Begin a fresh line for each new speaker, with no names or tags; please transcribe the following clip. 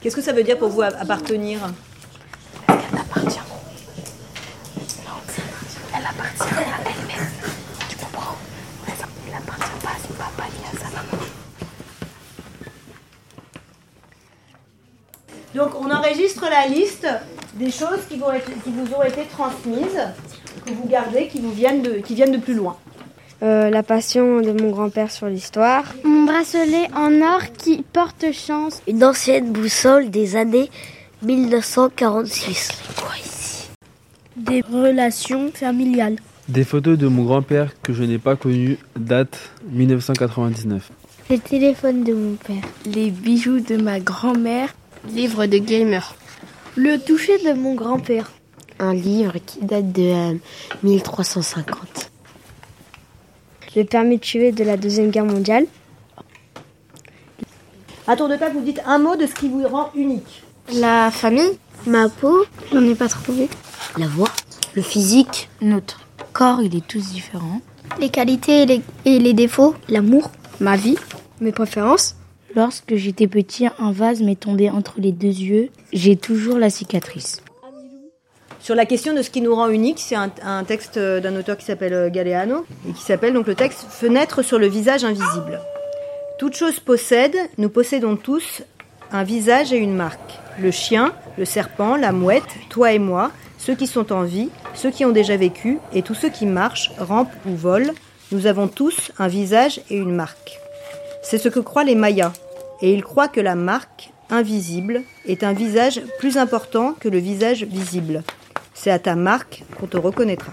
Qu'est-ce que ça veut dire pour vous appartenir
Elle appartient. Non, elle appartient à elle-même. Tu comprends Mais ça- Elle appartient pas à son papa ni à sa maman.
Donc on enregistre la liste des choses qui, vont être- qui vous ont été transmises, que vous gardez, qui vous viennent de, qui viennent de plus loin.
Euh, la passion de mon grand-père sur l'histoire.
Mon bracelet en or qui porte chance.
Une ancienne boussole des années 1946.
Des relations familiales.
Des photos de mon grand-père que je n'ai pas connu date 1999.
Le téléphone de mon père.
Les bijoux de ma grand-mère.
Livre de gamer.
Le toucher de mon grand-père.
Un livre qui date de euh, 1350.
Le permis de tuer de la Deuxième Guerre mondiale.
À tour de table, vous dites un mot de ce qui vous rend unique.
La famille. Ma peau. J'en ai pas trouvé.
La voix, le physique,
Notre corps, il est tous différents.
Les qualités et les, et les défauts.
l'amour,
Ma vie.
Mes préférences.
Lorsque j'étais petit, un vase m'est tombé entre les deux yeux. J'ai toujours la cicatrice.
Sur la question de ce qui nous rend unique, c'est un, un texte euh, d'un auteur qui s'appelle euh, Galeano et qui s'appelle donc le texte Fenêtre sur le visage invisible. Toute chose possède, nous possédons tous un visage et une marque. Le chien, le serpent, la mouette, toi et moi, ceux qui sont en vie, ceux qui ont déjà vécu et tous ceux qui marchent, rampent ou volent, nous avons tous un visage et une marque. C'est ce que croient les Mayas, et ils croient que la marque, invisible, est un visage plus important que le visage visible. C'est à ta marque qu'on te reconnaîtra.